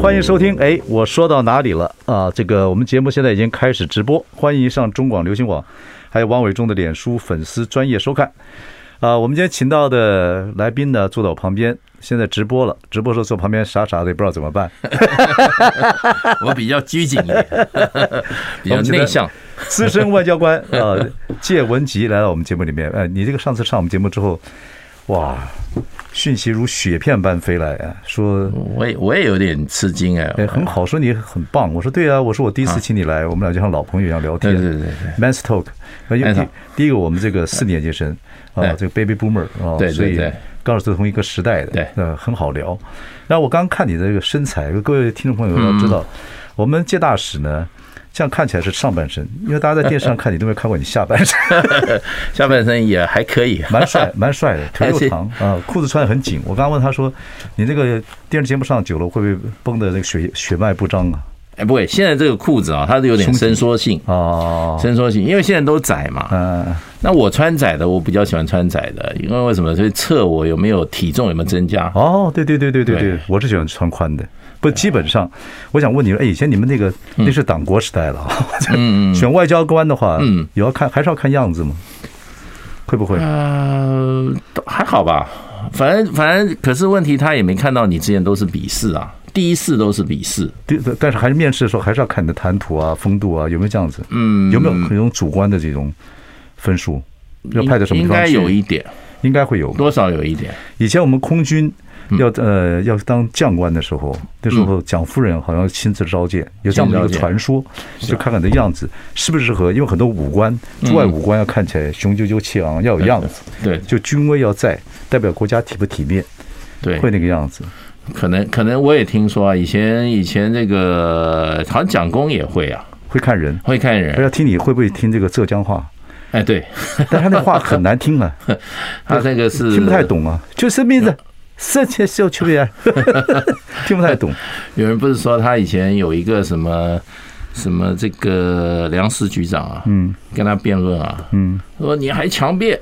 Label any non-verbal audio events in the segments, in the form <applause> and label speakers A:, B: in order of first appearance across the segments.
A: 欢迎收听，哎，我说到哪里了啊？这个我们节目现在已经开始直播，欢迎上中广流行网，还有王伟忠的脸书粉丝专业收看。啊，我们今天请到的来宾呢，坐到我旁边，现在直播了，直播时候坐旁边傻傻的，也不知道怎么办。
B: 我比较拘谨一点， <laughs> 比较内向。
A: 资深外交官啊，
B: <laughs>
A: 谢文吉来到我们节目里面，呃，你这个上次上我们节目之后，哇，讯息如雪片般飞来啊，说
B: 我也我也有点吃惊哎
A: 哎，，很好，说你很棒。我说对啊，我说我第一次请你来，我们俩就像老朋友一样聊天。
B: 对对对
A: m a n s Talk，呃因为
B: Men's
A: 第
B: Talk
A: 第一个我们这个四年级生啊，
B: 哎
A: 这个 Baby Boomer 啊，
B: 对对
A: 所以
B: 对
A: 刚好是同一个时代的，
B: 对
A: 呃，很好聊。那我刚看你的这个身材，各位听众朋友要知
B: 嗯
A: 道，我们介大使呢。这样看起来是上半身，因为大家在电视上看你都没有看过你下半身，
B: <laughs> 下半身也还可以。
A: 蛮帅，蛮帅的，腿又
B: 还是
A: 长啊，裤子穿得很紧。我刚刚问他说：“你那个电视节目上久了会不会绷的那个血血脉不张啊
B: 哎，不会，现在这个裤子啊，它有点伸缩性？”，
A: 哦，
B: 伸缩性，因为现在都窄嘛。
A: 嗯，
B: 那我穿窄的，我比较喜欢穿窄的，因为为什么？所以测我有没有体重有没有增加。
A: 哦，对对对对对对
B: 对，
A: 我是喜欢穿宽的。不，基本上，我想问你，哎，以前你们那个那是党国时代了，嗯、 <laughs> 选外交官的话，
B: 嗯，
A: 也要看，还是要看样子吗？会不会？
B: 呃，还好吧，反正反正，可是问题他也没看到你之前都是笔试啊，第一次都是笔试。
A: 对，但是还是面试的时候，还是要看你的谈吐啊、风度啊，有没有这样子？嗯，有没有很种主观的这种分数？要派到什么地
B: 应应
A: 方
B: 该
A: 去？
B: 有一点，
A: 应该会有。
B: 多少有一点。
A: 以前我们空军要呃要当将官的时候，那时候蒋夫人好像亲自召见，有这样的一个
B: 亲自召见
A: 传说，就看看你的样子适不适合，因为很多武官驻外武官要看起来雄赳赳气昂，要有样子，
B: 对
A: 就军威要在，代表国家体不体面，
B: 对，
A: 会那个样子。
B: 可能可能我也听说啊，以前以前这个好像蒋公也会啊，
A: 会看人，
B: 会看
A: 而
B: 人，
A: 要听你会不会听这个浙江话，<laughs>
B: 哎，对
A: 但他那话很难听啊，
B: 他这个是
A: 听不太。懂啊，就什么意思？色切秀区别，听不太懂。
B: 有人不是说他以前有一个什么什么这个粮食局长啊，嗯，跟他辩论啊，嗯，说你还强辩，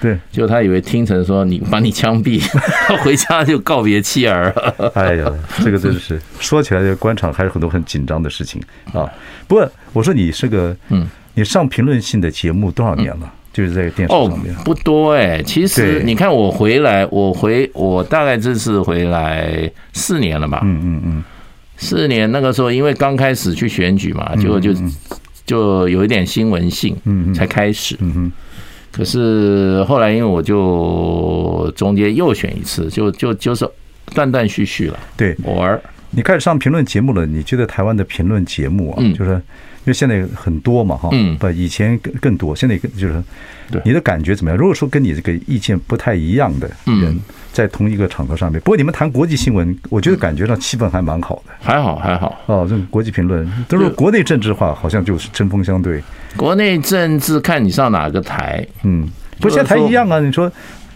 A: 对，
B: 就他以为听成说你把你枪毙， <laughs> 他回家就告别妻儿 <laughs> 了。
A: 哎呀，这个真
B: 嗯
A: 是说起来，这个官场还有很多很紧张的事情啊。不过我说你是个，嗯，你上评论性的节目多少年了？就是在电视
B: 嗯哦
A: 上面，
B: 不多哎、其实
A: 对
B: 你看我回来，我回我大概这次回来四年了吧，
A: 嗯嗯嗯，
B: 四年那个时候，因为刚开始去选举
A: 嗯
B: 嘛，结果就就有一点新闻性，才开始。
A: 嗯
B: 可是后来因为我就中间又选一次，就就就是断断续续了，
A: 对
B: 偶尔。
A: 你开始上评论节目了，你觉得台湾的评论节目啊，
B: 嗯
A: 就是因为现在很多嘛哈，
B: 嗯
A: 不，以前更更多，现在更就是
B: 对，
A: 你的感觉怎么样？如果说跟你这个意见不太一样的人
B: 嗯，
A: 在同一个场合上面，不过你们谈国际新闻，我觉得感觉上气氛还蛮好的。
B: 还好还好，
A: 哦，这种国际评论都是国内政治化，好像就是针锋相对。
B: 国内政治看你上哪个台，
A: 嗯，不，
B: 就是
A: 现在台
B: 说嗯
A: 一样啊。你说，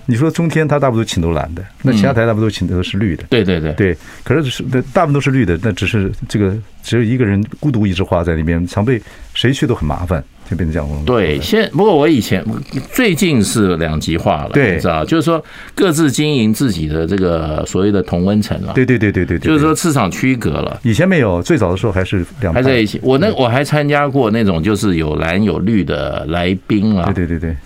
A: 你说中天它大部分都请都蓝的，那其他台大部分都请都是绿的。
B: 对对对，
A: 对，可是是那大部分都是绿的，那只是这个只有一个人孤独一枝花在里面，常被谁去都很麻烦，就变成这样了。
B: 对，现不过我以前最近是两极化了，
A: 对
B: 你知道，就是说各自经营自己的这个所谓的同温层了，
A: 对对对对对对，
B: 就是说市场区隔了。
A: 以前没有，最早的时候还是两
B: 还
A: 派。
B: 在一起。我那我还参加过那种就是有蓝有绿的来宾啊
A: 对。对对对，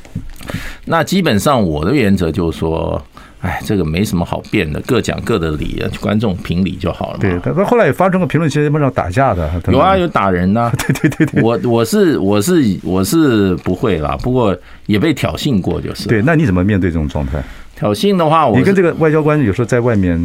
B: 那基本上我的原则就是说，哎，这个没什么好辩的，各讲各的理，观众评理就好了
A: 对，
B: 嘛。
A: 但但后来也发生过评论区上打架的，
B: 有
A: <laughs>
B: 啊，有打人呐、对对对对，我我是我是我是不会啦，不过也被挑衅过，就是。
A: 对，那你怎么面对这种状态？
B: 挑衅的话，我
A: 你
B: 是
A: 跟这个外交官有时候在外面，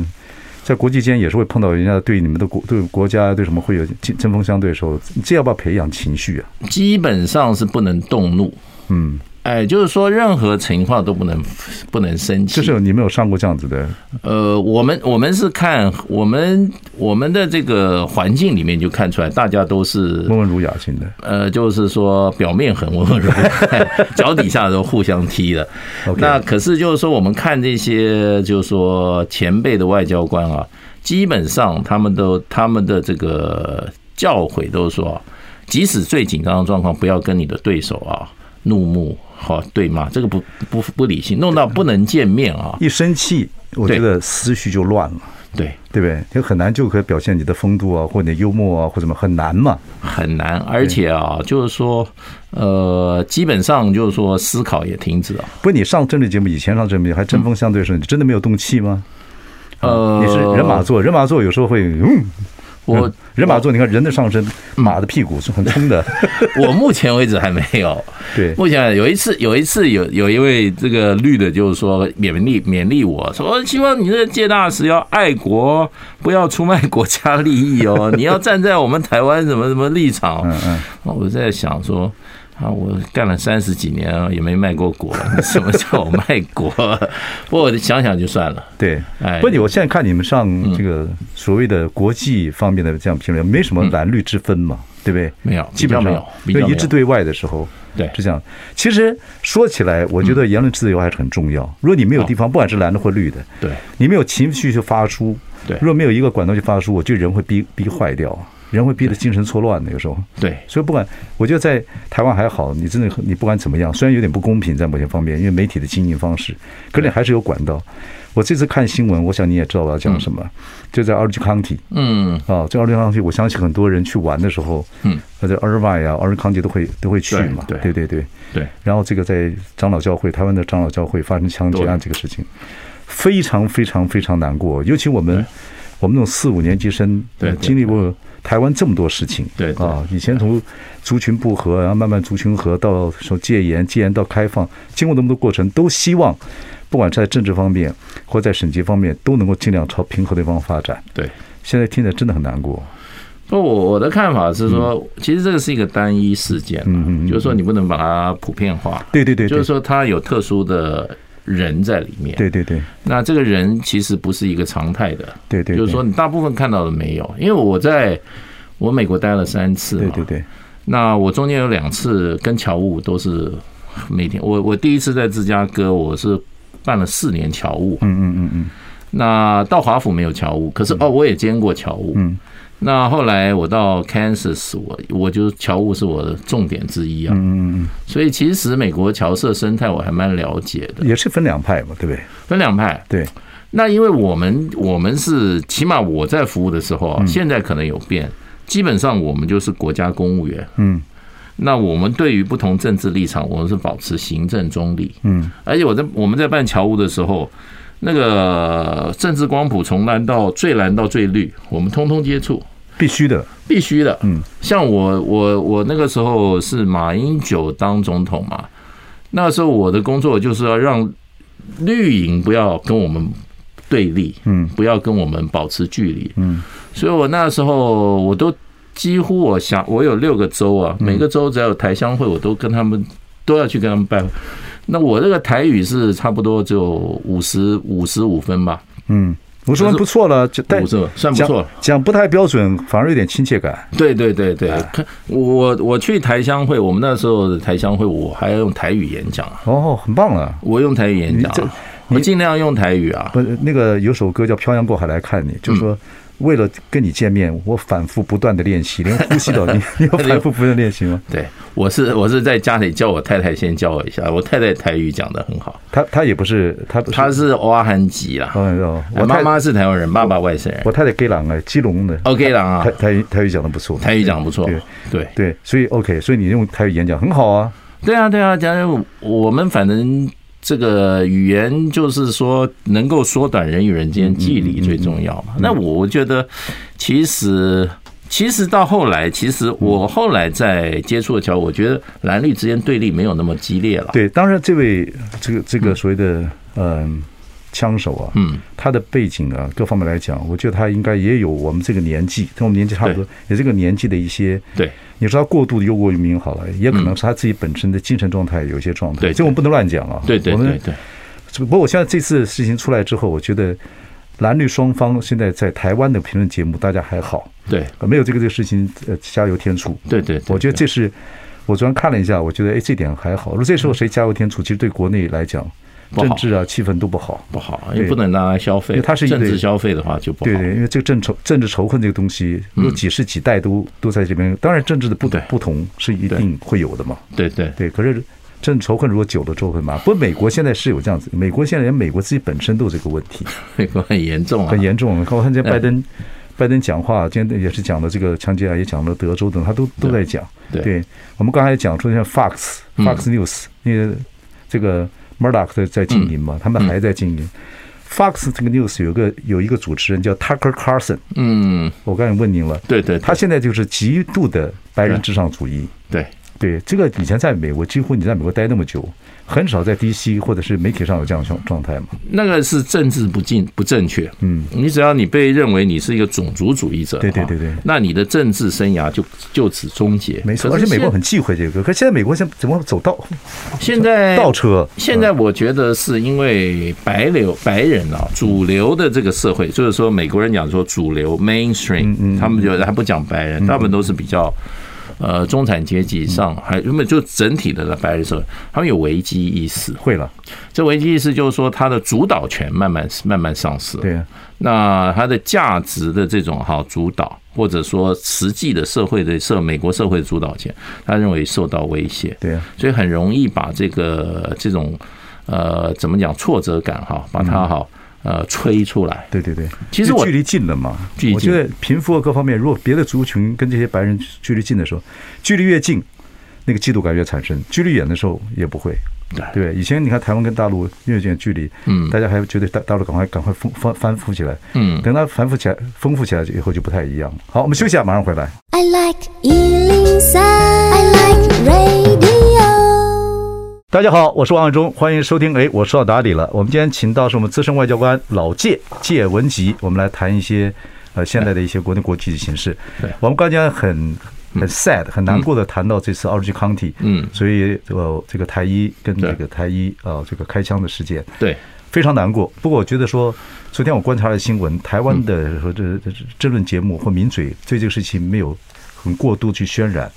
A: 在国际间也是会碰到人家对你们的国对国家对什么会有针针锋相对的时候，这要不要培养情绪啊？
B: 基本上是不能动怒，
A: 嗯，
B: 哎，就是说任何情况都不能不能生气。
A: 就是你没有上过这样子的，
B: 呃，我们我们是看我们我们的这个环境里面就看出来，大家都是
A: 温文儒雅型的。
B: 呃，就是说表面很温文儒雅，哎脚底下都互相踢的。
A: <laughs> OK，
B: 那可是就是说，我们看这些就是说前辈的外交官啊，基本上他们都他们的这个教诲都是说啊，即使最紧张的状况，不要跟你的对手啊怒目好对骂，这个不不不理性，弄到不能见面啊，
A: 一生气，我觉得思绪就乱了，
B: 对，
A: 对不对？就很难就可以表现你的风度啊，或者你的幽默啊，或者什么，很难嘛。
B: 很难，而且啊，就是说，呃，基本上就是说思考也停止了。啊
A: 不是你上政治节目，以前上政治节目还针锋相对的时候，你真的没有动气吗？啊
B: 呃，
A: 你是人马座，人马座有时候会，嗯，
B: 我嗯
A: 人马座，你看人的上身，马的屁股是很通的， <laughs>
B: 我目前为止还没有。
A: 对，
B: 目前有一次，有一次有有一位这个绿的，就是说勉励勉励我说，希望你这个借大使要爱国，不要出卖国家利益哦，你要站在我们台湾什么什么立场。哦
A: 嗯嗯，
B: 我在想说。啊，我干了三十几年啊了也没卖过国， <laughs> 你什么叫我卖国？不过我想想就算了。
A: 对。
B: 哎，嗯
A: 不，你我现在看你们上这个所谓的国际方面的这样评论，没什么蓝绿之分嘛，对不对？
B: 没有，
A: 基本
B: 比较没
A: 上
B: 有，比
A: 因
B: 较
A: 为
B: 没
A: 一
B: 有
A: 致对外的时候，
B: 对嗯
A: 是这样。其实说起来，我觉得言论自由还是很重要。如果你没有地方，不管是蓝的或绿的，
B: 哦对
A: 你没有情绪去发出，
B: 对
A: 如果没有一个管道去发出，我觉得人会逼逼坏掉，人会逼得精神错乱的，有时候。
B: 对
A: 所以不管，我觉得在台湾还好，你真的你不管怎么样，虽然有点不公平在某些方面，因为媒体的经营方式，可是你还是有管道。我这次看新闻，我想你也知道我要讲什么，就在 Orange County
B: 嗯，
A: 啊，这 Orange County，我相信很多人去玩的时候，
B: 嗯，
A: 或者 Irvine 啊，Orange County 都会都会去嘛，
B: 对
A: 对
B: 对
A: 对对。
B: 对，
A: 然后这个在长老教会，台湾的长老教会发生枪击案这个事情，非常非常非常难过，尤其我们
B: 对
A: 我们那种四五年级生，
B: 对对
A: 经历过台湾这么多事情，
B: 对对
A: 啊，以前从族群不和，然后慢慢族群和，到说戒严，戒严到开放，经过那么多过程，都希望不管是在政治方面或在审计方面，都能够尽量朝平和的方发展。
B: 对。
A: 现在听着真的很难过，
B: 不，我我的看法是说，其实这个是一个单一事件啊，
A: 嗯嗯嗯嗯
B: 就是说你不能把它普遍化，
A: 对对对
B: 就
A: 对
B: 是说它有特殊的人在里面。
A: 对对对
B: 那这个人其实不是一个常态的，
A: 对对，
B: 就是说你大部分看到的没有，因为我在我美国待了三次
A: 对
B: 嘛，
A: 对对，
B: 那我中间有两次跟侨务都是每天，我我第一次在芝加哥，我是办了四年侨务，
A: 嗯嗯嗯嗯，
B: 那到华府没有侨务，可是哦，我也兼过侨务。
A: 嗯，
B: 那后来我到 Kansas，我我就侨务是我的重点之一啊。
A: 嗯嗯
B: 所以其实美国侨社生态我还蛮了解的
A: 嗯，，也是分两派嘛，对不对？
B: 分两派。
A: 对，
B: 那因为我们我们是起码我在服务的时
A: 嗯
B: 候啊，现在可能有变，基本上我们就是国家公务员。
A: 嗯
B: 那我们对于不同政治立场，我们是保持行政中立。
A: 嗯，
B: 而且我在我们在办侨务的时候，那个政治光谱从蓝到最蓝到最绿，我们通通接触，
A: 必须的，
B: 必须的。
A: 嗯，
B: 像我我我那个时候是马英九当总统嘛，那时候我的工作就是要让绿营不要跟我们对立，
A: 嗯
B: 不要跟我们保持距离。
A: 嗯
B: 所以我那时候我都几乎我想，我有六个州啊，
A: 嗯
B: 每个州只要有台乡会，我都跟他们都要去跟他们拜访。那我这个台语是差不多就五十五十五分吧，
A: 嗯，我说完不错了，就但
B: 五十算不
A: 讲
B: 错了。
A: 讲不太标准，反而有点亲切感。
B: 对对对对，
A: 啊
B: 看我我去台乡会，我们那时候的台乡会，我还要用台语演讲啊，
A: 哦，很棒了。
B: 我用台语演讲
A: 你这
B: 啊，我尽量用台语啊。
A: 不，那个有首歌叫《漂洋过海来看你》，就是
B: 嗯
A: 说为了跟你见面，我反复不断的练习，连呼
B: <laughs>
A: 吸都你你要反复不断地练习吗？
B: 对，我是我是在家里叫我太太先教我一下，我太太台语讲的很好，
A: 他他也不是他不
B: 她是欧阿韩籍啦，
A: 哦，我
B: 妈
A: 太
B: 妈是台湾人，爸爸外省人。
A: 我太太给朗哎，基隆的，
B: OK 了啊
A: 台，台语台语讲的不错，
B: 台语讲得不错
A: 对，
B: 对
A: 对，所以 OK，所以你用台语演讲很好啊。
B: 对啊对啊，假如我们反正这个语言就是说能够缩短人与人之间距离最重要
A: 嗯
B: 嘛。那我觉得其实。其实到后来，其实我后来在接触的桥，我觉得蓝啊绿之间对立没有那么激烈了。
A: 对，当然这位这个这个所谓的嗯、枪手啊，
B: 嗯，
A: 他的背景啊，各方面来讲，我觉得他应该也有我们这个年纪，跟我们年纪差不多，也这个年纪的一些。
B: 对，
A: 你说他过度的忧国忧民好了，也可能是他自己本身的精神状态有一些状态。
B: 对对
A: 这我们不能乱讲啊。
B: 对对
A: 我
B: 对
A: 们
B: 对，
A: 不过我现在这次事情出来之后，我觉得蓝绿双方现在在台湾的评论节目大家还好，
B: 对
A: 呃没有这个这个事情，呃，加油添醋。
B: 对对，对
A: 我觉得这是我昨天看了一下，我觉得哎，这点还好。如果这时候谁加油添醋，其实对国内来讲，
B: 不好
A: 政治啊气氛都不好。
B: 不好，因为
A: 对
B: 不能拿来消费，
A: 因为它是一个
B: 政治消费的话就不好嗯
A: 对。对，因为这个政仇政治仇恨这个东西，有几世几代都都在这边。当然，政治的不
B: 对
A: 不同是一定会有的嘛。
B: 对对
A: 对，可是政治仇恨如果久了之后很麻烦。不过美国现在是有这样子，美国现在连美国自己本身都有这个问题，
B: 美国 <laughs> 很严重啊
A: 很，严重。我看见拜登，拜登讲话今天也是讲了这个枪击案，也讲了德州等，他都都在讲。
B: 对
A: 对我们刚才讲出像 Fox、
B: 嗯
A: Fox News，那个这个 Murdoch 在在经营嘛，
B: 嗯
A: 他们还在经营。Fox 这个 News 有个有一个主持人叫 Tucker Carlson，
B: 嗯，
A: 我刚才问您了，
B: 对对，对
A: 他现在就是极度的白人至上主义。
B: 对
A: 对，这个以前在美国，几乎你在美国待那么久，很少在 DC 或者是媒体上有这样的状状态嘛。
B: 那个是政治不进不正确，
A: 嗯，
B: 你只要你被认为你是一个种族主义者的话，
A: 对对对对
B: 那你的政治生涯就就此终结。
A: 没错，
B: 可
A: 而
B: 是
A: 且美国
B: 现
A: 很忌讳这个，可是现在美国现在怎么走倒
B: 现在
A: 倒嗯车？
B: 现在我觉得是因为白流白人啊，主流的这个社会，就是说美国人讲说主流
A: 嗯
B: mainstream，、他们就还不讲白人，他们都是比较呃中产阶级以上，还那么就整体的白人社会，他们有危机意识。
A: 会了，
B: 这危机意识就是说，它的主导权慢慢慢慢丧失。
A: 对啊，
B: 那它的价值的这种哈主导，或者说实际的社会的社美国社会主导权，他认为受到威胁。
A: 对啊，
B: 所以很容易把这个这种呃怎么讲挫折感哈，把它
A: 嗯
B: 哈呃吹出来。
A: 对对对。
B: 其实我
A: 因为距离近了嘛，
B: 距离近
A: 我觉得贫富啊各方面，如果别的族群跟这些白人距离近的时候，距离越近，那个嫉妒感越产生；距离远的时候也不会。
B: 对
A: 对，以前你看台湾跟大陆越近距离，
B: 嗯
A: 大家还觉得大大陆赶快赶快丰翻翻覆起来，
B: 嗯
A: 等它繁复起来、丰富起来以后就不太一样了。好，我们休息一下，马上回来。
C: I like Ealing Sound. I like radio.
A: 大家好，我是王伟忠，欢迎收听。哎，我说到哪里了？我们今天请到是我们资深外交官老介介文吉，我们来谈一些呃现在的一些国内国际形势
B: 对。
A: 我们刚才很很 sad 很难过的谈到这次 Orange County，
B: 嗯
A: 所以呃这个台医跟
B: 对
A: 这个台医啊、呃这个开枪的事件，
B: 对
A: 非常难过。不过我觉得说，昨天我观察了新闻，台湾的和这这争论节目或名嘴对这个事情没有很过度去渲染，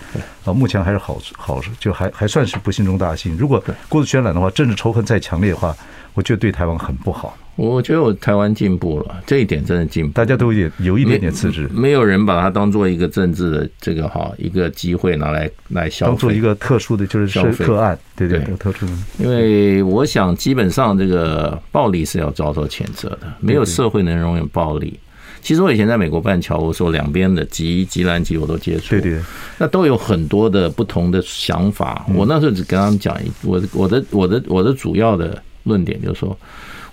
A: 啊，目前还是好好就还还算是不幸中大幸。如果过度渲染的话，政治仇恨再强烈的话，我觉得对台湾很不好，
B: 我觉得我台湾进步了，这一点真的进步。
A: 大家都也有一点点自制，
B: 没有人把它当做一个政治的这个哈一个机会拿来来消费，
A: 当做一个特殊的就是
B: 消费
A: 是个案，对对，
B: 对
A: 有特殊的，
B: 因为我想，基本上这个暴力是要遭受谴责的，没有社会能容忍暴力。其实我以前在美国办侨务的时候，两边的极极南极我都接触，
A: 对对，
B: 那都有很多的不同的想法。
A: 嗯
B: 我那时候只跟他们讲一，我的我的我的我的主要的论点就是说，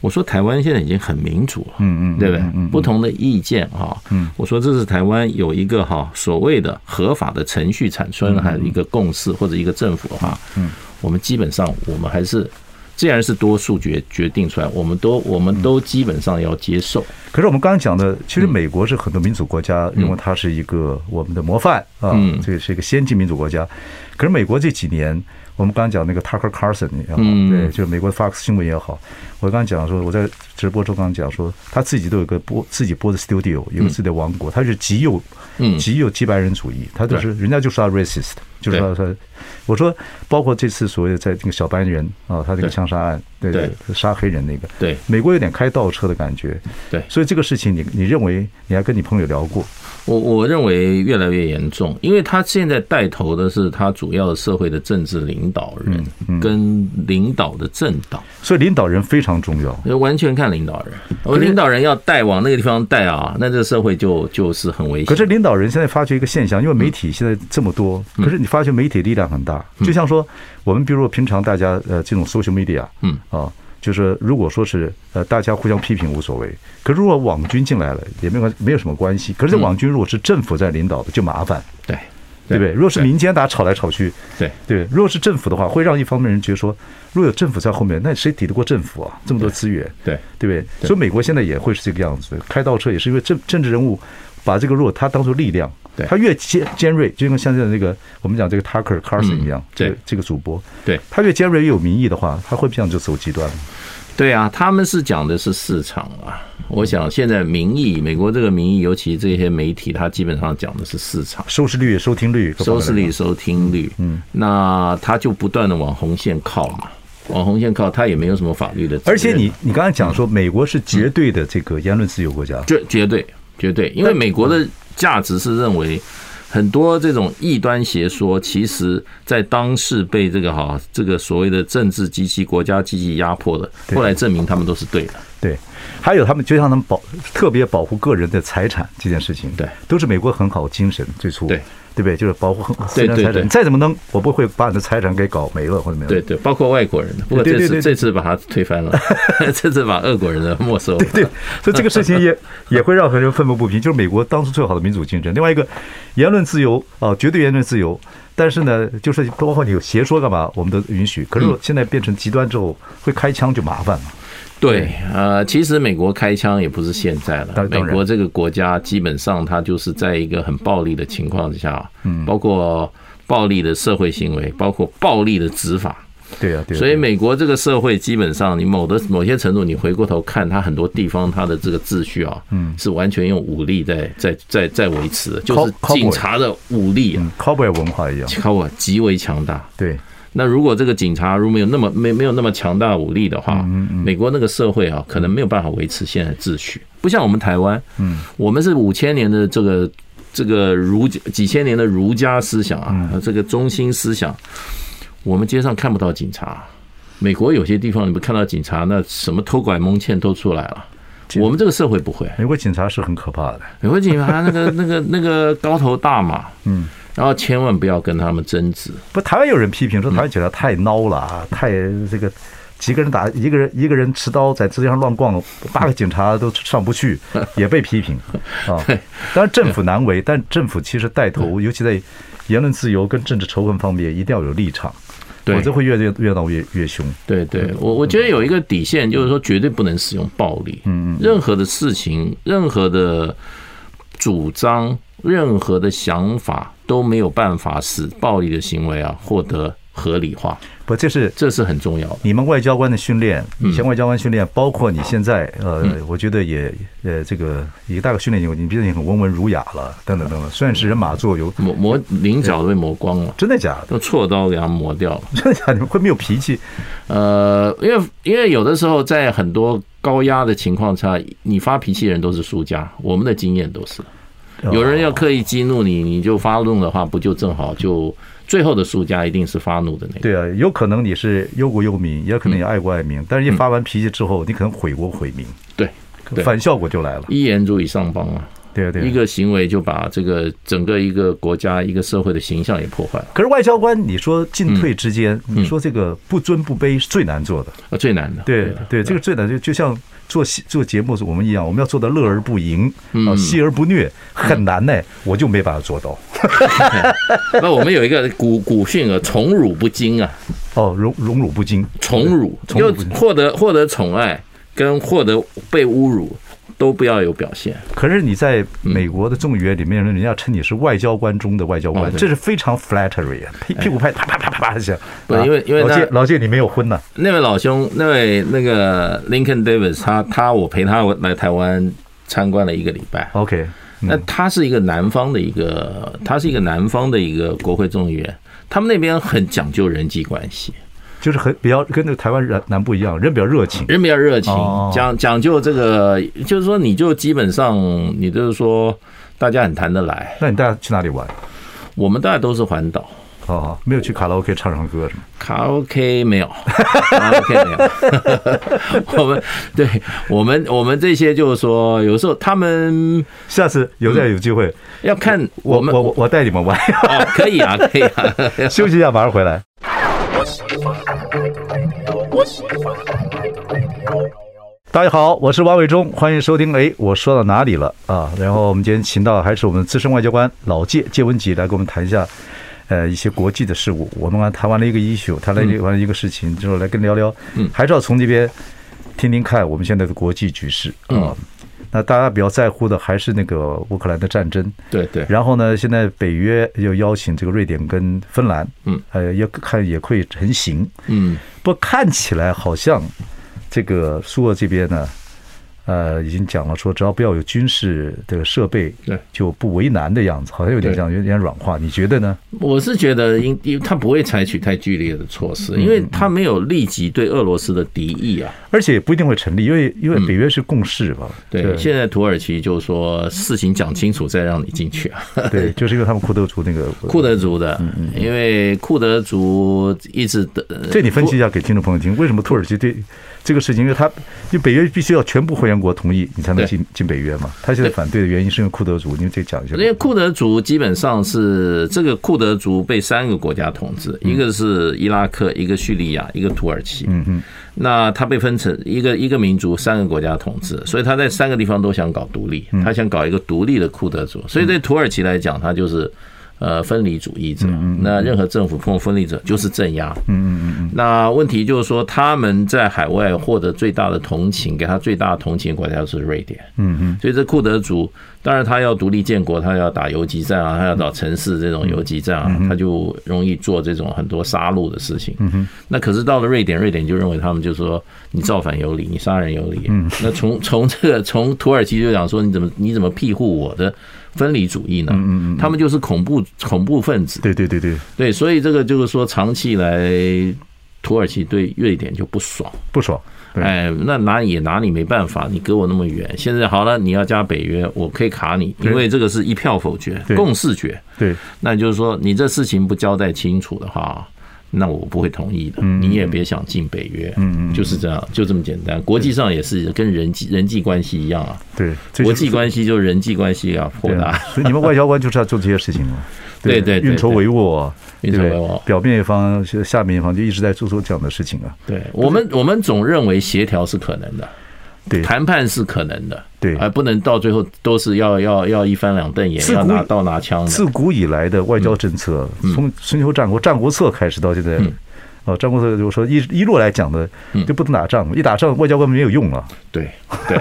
B: 我说台湾现在已经很民主了，
A: 嗯嗯嗯
B: 对不对？不同的意见哈，我说这是台湾有一个哈所谓的合法的程序产生了还有一个共识或者一个政府哈，
A: 嗯
B: 我们基本上我们还是。既然是多数决决定出来，我们都我们都基本上要接受。
A: 可是我们刚刚讲的，其实
B: 嗯
A: 美国是很多民主国家认为它是一个我们的模范啊
B: 嗯，
A: 这个是一个先进民主国家。可是美国这几年，我们刚刚讲那个 Tucker Carlson 也好，
B: 嗯
A: 对，就是美国的 Fox 新闻也好，我刚刚讲说，我在直播中刚刚讲说，他自己都有个播自己播的 studio，有个自己的王国，他是极右
B: 嗯，
A: 极右极白人主义，他就是人家就说他 racist，就是说他，我说包括这次所谓的在这个小白人啊，他这个
B: 对
A: 枪杀案，对
B: 对，
A: 杀黑人那个，
B: 对
A: 美国有点开倒车的感觉，
B: 对
A: 所以这个事情你你认为你还跟你朋友聊过，
B: 我我认为越来越严重，因为他现在带头的是他主要的社会的政治领导
A: 嗯
B: 人跟领导的政党，
A: 所以领导人非常重要。
B: 呃完全看领导人。我领导人要带往那个地方带啊，那这个社会就就是很危险。
A: 可是领导人现在发觉一个现象，因为媒体现在这么多，
B: 嗯
A: 可是你发觉媒体力量很大。就像说我们比如说平常大家呃这种 social media，
B: 嗯
A: 啊，就是如果说是呃大家互相批评无所谓，可是如果网军进来了也没有关没有什么关系。可是这网军如果是政府在领导的就麻烦，
B: 嗯对
A: 对不对？如果是民间，大家吵来吵去，
B: 对
A: 对；如果是政府的话，会让一方面人觉得说，如果有政府在后面，那谁抵得过政府啊？这么多资源，
B: 对
A: 对不对？所以美国现在也会是这个样子，开倒车也是因为政政治人物把这个如果他当做力量
B: 对，
A: 他越尖尖锐，就跟像现在这个我们讲这个 Tucker Carlson 一样，这个
B: 嗯对
A: 这个主播，
B: 对
A: 他越尖锐越有民意的话，他会不会这样就走极端了？
B: 对啊，他们是讲的是市场啊。我想现在民意，美国这个民意，尤其这些媒体，它基本上讲的是市场。
A: 收视率、收听率、
B: 收视率、，收听率，嗯，那他就不断的往红线靠嘛，往红线靠，他也没有什么法律的责任，
A: 而且你你刚才讲说，美国是绝对的这个言论自由国家，
B: 绝绝对绝对，因为美国的价值是认为很多这种异端邪说，其实在当时被这个哈这个所谓的政治及其国家积极压迫的，
A: 对嗯
B: 后来证明他们都是对的，
A: 对，还有他们就像他们保特别保护个人的财产这件事情，
B: 对
A: 都是美国很好的精神，最初
B: 对
A: 对不对？就是保护很私人
B: 对对
A: 财产，
B: 对
A: 你再怎么弄，我不会把你的财产给搞没了或者怎么样。
B: 对对，包括外国人，不过
A: 对
B: 这
A: 对对
B: 次这次把他推翻
A: <laughs>
B: 了，这次把俄国人的没收了，
A: 对，所以这个事
B: <laughs>
A: 情也也会让很多人愤愤不平。就是美国当初最好的民主精神，另外一个言论自由啊、绝对言论自由。但是呢，就是包括你有邪说干嘛，我们都允许。可是
B: 嗯
A: 现在变成极端之后，会开枪就麻烦了。
B: 对，呃，其实美国开枪也不是现在了
A: 当，
B: 美
A: 当然
B: 国这个国家基本上它就是在一个很暴力的情况之下，嗯，包括暴力的社会行为，包括暴力的执法，
A: 对啊呀、对、呀。
B: 所以美国这个社会基本上，你某的某些程度，你回过头看，它很多地方它的这个秩序啊，嗯，是完全用武力在在在在维持的，就是
A: Cow- cowboy
B: 警察的武力啊，
A: 嗯，cowboy 文化一样，
B: 靠我极为强大，
A: 对，
B: 那如果这个警察如果没有那么没没有那么强大武力的话，美国那个社会啊，可能没有办法维持现在的秩序，不像我们台湾，嗯，我们是五千年的这个这个儒家几千年的儒家思想啊，这个中心思想，我们街上看不到警察。美国有些地方你们看到警察，那什么偷拐蒙骗都出来了。我们这个社会不会， <laughs>
A: 美国警察是很可怕的，
B: 美国警察那个那个那个高头大马，嗯，然后千万不要跟他们争执。
A: 不，台湾有人批评说台湾警察太孬了啊，太这个几个人打一个人，一个人持刀在街上乱逛，八个警察都上不去，也被批评啊。当然政府难为，但政府其实带头，尤其在言论自由跟政治仇恨方面，一定要有立场，
B: 对
A: 否则会越越越闹越越凶。
B: 对对，我我觉得有一个底线，就是说绝对不能使用暴力。嗯嗯，任何的事情，任何的主张，任何的想法都没有办法使暴力的行为啊获得合理化，
A: 不，这是
B: 这是很重要的。
A: 你们外交官的训练，以前外交官训练，包括你现在，呃，我觉得也，呃，这个一个大的训练以后，你毕竟很文文儒雅了，等等等等。虽然是人马座有，
B: 磨磨菱角都被磨光了，
A: 真的假的？
B: 用锉刀给它磨掉了。
A: 真的假的？ <laughs> 你们会没有脾气？
B: 呃，因为因为有的时候在很多高压的情况下，你发脾气的人都是输家，我们的经验都是。
A: 啊
B: 有人要刻意激怒你，你就发怒的话，不就正好就最后的输家一定是发怒的那个？
A: 对啊，有可能你是忧国忧民，也可能你爱国爱
B: 嗯
A: 民，但是一发完脾气之后，你可能毁国毁民，
B: 对嗯对，
A: 反效果就来了。
B: 一言足以上邦啊！
A: 对啊，对啊。
B: 一个行为就把这个整个一个国家、一个社会的形象也破坏了，
A: 可是外交官，你说进退之间，
B: 嗯
A: 你说这个不尊不卑是最难做的。
B: 啊，最难的。
A: 对对，这个最难就就像做戏做节目是我们一样，我们要做到乐而不淫，
B: 嗯
A: 啊，戏而不虐，很难呢，我就没把它做到。
B: 那我们有一个古古训啊，宠辱不惊啊，
A: 哦，荣荣辱不惊，
B: 宠辱
A: 宠辱
B: 就
A: 不惊
B: 获得获得宠爱跟获得被侮辱都不要有表现。
A: 可是你在美国的众议院里面，人家称你是外交官中的外交官
B: 哦，对
A: 这是非常 flattery，啊屁屁股拍啪啪啪啪啪一下。
B: 不
A: 啊
B: 因为因为
A: 老
B: 那
A: 谢老谢你没有婚呢，
B: 那位老兄，那位那个 Lincoln Davis，他他我陪他来台湾参观了一个礼拜。
A: OK，
B: 那他是一个南方的一个，他是一个南方的一个国会众议员，他们那边很讲究人际关系，
A: 就是很比较跟那个台湾人南部一样，人比较热情。
B: 人比较热情
A: 哦，
B: 讲讲究这个，就是说你就基本上你就是说大家很谈得来，
A: 那你带他去哪里玩？
B: 我们大家都是环岛。
A: 哦，没有去卡拉 OK 唱唱歌什么？
B: 卡拉 OK 没有，卡拉 OK 没有。我们对我们我们这些就是说，有时候他们
A: 下次有再有机会，
B: 要看
A: 我
B: 我们
A: 我我我带你们玩。
B: 哦，可以 <laughs> 啊，可以啊。
A: <laughs> 休息一下，马上回来。大家好，我是王伟忠，欢迎收听。哎，我说到哪里了啊？然后我们今天请到还是我们资深外交官老介介文吉来跟我们谈一下，呃，一些国际的事务。我们刚才谈完了一个 issue，谈了一个完了一个事情之后，来跟聊聊，还是要从这边听听看我们现在的国际局势啊
B: 嗯。
A: 那大家比较在乎的还是那个乌克兰的战争，
B: 对对，
A: 然后呢，现在北约又邀请这个瑞典跟芬兰，
B: 嗯，
A: 呃，要看也会成型。
B: 嗯，
A: 不过看起来好像这个苏俄这边呢，呃，已经讲了说，只要不要有军事的设备，
B: 对
A: 就不为难的样子，好像有点这样，有点软化。你觉得呢？
B: 我是觉得因因为他不会采取太剧烈的措施，因为他没有立即对俄罗斯的敌意啊。
A: 而且也不一定会成立，因为因为北约是共识吧？
B: 嗯 <laughs> 对，现在土耳其就说事情讲清楚再让你进去啊。
A: 对，就是因为他们库德族那个
B: 库，德族的，因为库德族一直的，
A: 这你分析一下给听众朋友听，为什么土耳其对这个事情，因为他因为北约必须要全部会员国同意，你才能
B: 对
A: 进进北约嘛。他现在
B: 对
A: 反对的原因是因为库德族，你们这讲一下
B: 因。为库德族基本上是这个库德族被三个国家统治，一个是伊拉克，一个叙利亚，一个土耳其。嗯嗯，那它被分成一个一个民族三个国家统治，所以他在三个地方都想搞独立，他想搞一个独立的库德族。所以对土耳其来讲，他就是。呃，分离主义者，那任何政府碰分离者就是镇压。嗯嗯嗯。那问题就是说，他们在海外获得最大的同情，给他最大的同情的国家就是瑞典。所以这库德族，当然他要独立建国，他要打游击战啊，他要打城市这种游击战啊，他就容易做这种很多杀戮的事情。那可是到了瑞典，瑞典就认为他们就说你造反有理，你杀人有理。那从从这个从土耳其就讲说你怎么你怎么庇护我的分离主义呢？他们就是恐怖恐怖分子。
A: 对对对对，
B: 对，所以这个就是说长期以来土耳其对瑞典就不爽。
A: 不爽。对
B: 哎，那拿也拿你没办法，你隔我那么远。现在好了，你要加北约，我可以卡你，因为这个是一票否决
A: 对、
B: 共视觉。
A: 对，
B: 那就是说，你这事情不交代清楚的话，那我不会同意的。
A: 嗯
B: 你也别想进北约，嗯嗯，就是这样，就这么简单。国际上也是跟人际人际关系一样啊，
A: 对，这就
B: 国
A: 是
B: 际关系就是人际关系啊，扩
A: 对
B: <laughs> 大。
A: 所以你们外交官就是要做这些事情嘛。
B: 对对对
A: 运筹帷幄，啊
B: 运筹
A: 对不对
B: 帷幄
A: 表面一方下面一方就一直在做做这样的事情啊。
B: 对我们，我们总认为协调是可能的，
A: 对
B: 谈判是可能的，
A: 对
B: 而不能到最后都是要要要一翻两瞪眼，
A: 自古
B: 要拿
A: 以
B: 刀拿枪的。
A: 自古以来的外交政策，
B: 嗯
A: 从春秋战国《战国策》开始到现在，啊，《战国策》就说一一路来讲的，
B: 嗯
A: 就不能打仗，一打仗外交官没有用了。
B: 对
A: <laughs>
B: 对，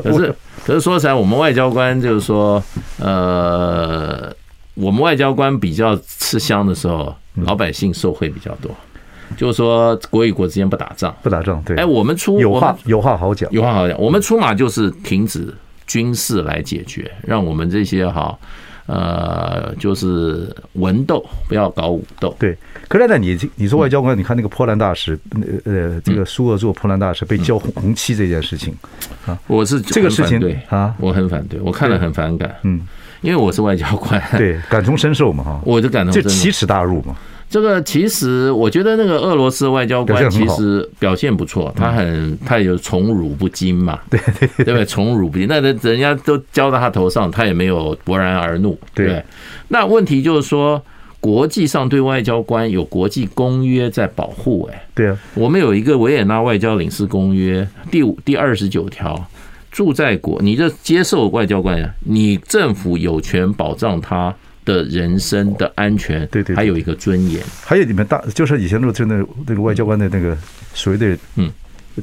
B: 可是可是说起来，我们外交官就是说，呃，我们外交官比较吃香的时候，
A: 嗯
B: 老百姓受惠比较多，就是说国与国之间不打仗。
A: 不打仗，对，
B: 哎，我们出
A: 有
B: 我们
A: 话有话好讲，
B: 有话好讲，我们出马就是停止军事来解决，让我们这些哈。呃，就是文斗，不要搞武斗。
A: 对。可是呢，你你
B: 嗯
A: 做外交官，你看那个波兰大使，呃呃，这个苏俄做波兰大使被交红红旗这件事情，
B: 我是
A: 这个事情
B: 对
A: 啊
B: <laughs> 我嗯很反对，我看了很反感。
A: 嗯，
B: 因为我是外交官，，
A: 对，感同身受嘛哈，
B: <laughs> 我就感同
A: 这
B: 身受。
A: 奇耻大辱嘛，
B: 这个其实我觉得那个俄罗斯外交
A: 表
B: 官
A: 现很
B: 其
A: 好嗯
B: 实表现不错，他很他有宠辱不
A: <laughs>
B: 惊嘛，对对对，不对？宠辱不惊，那人人家都交到他头上，他也没有勃然而怒，对不
A: 对
B: 对。那问题就是说，国际上对外交官有国际公约在保护，哎，
A: 对啊，
B: 我们有一个维也纳外交领事公约第五第二十九条，驻在国，你这接受外交官呀，你政府有权保障他的人身的安全，
A: 对对对
B: 还有一个尊严。
A: 还有你们大，就是以前那个真的那个外交官的那个所谓的
B: 嗯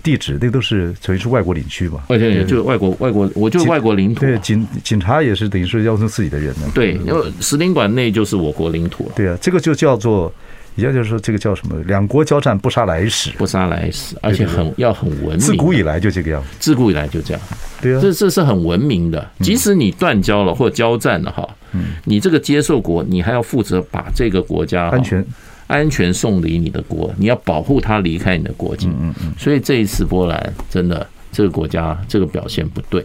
A: 地址，那都是等于是外国领区嘛。
B: 而且就外国外国，我就是外国领土
A: 对，
B: 嘛。
A: 警警察也是等于是要求自己的人呢。
B: 对，因为使领馆内就是我国领土了，
A: 对啊，这个就叫做，也就是说这个叫什么？两国交战不杀来使，
B: 不杀来使，而且很要很文明。
A: 自古以来就这个样子。
B: 自古以来就这样，
A: 对啊，
B: 这这是很文明的。
A: 嗯
B: 即使你断交了或交战了哈，你这个接受国，你还要负责把这个国家哈
A: 安全
B: 安全送离你的国，你要保护他离开你的国境。
A: 嗯
B: 所以这一次波兰真的这个国家这个表现不对，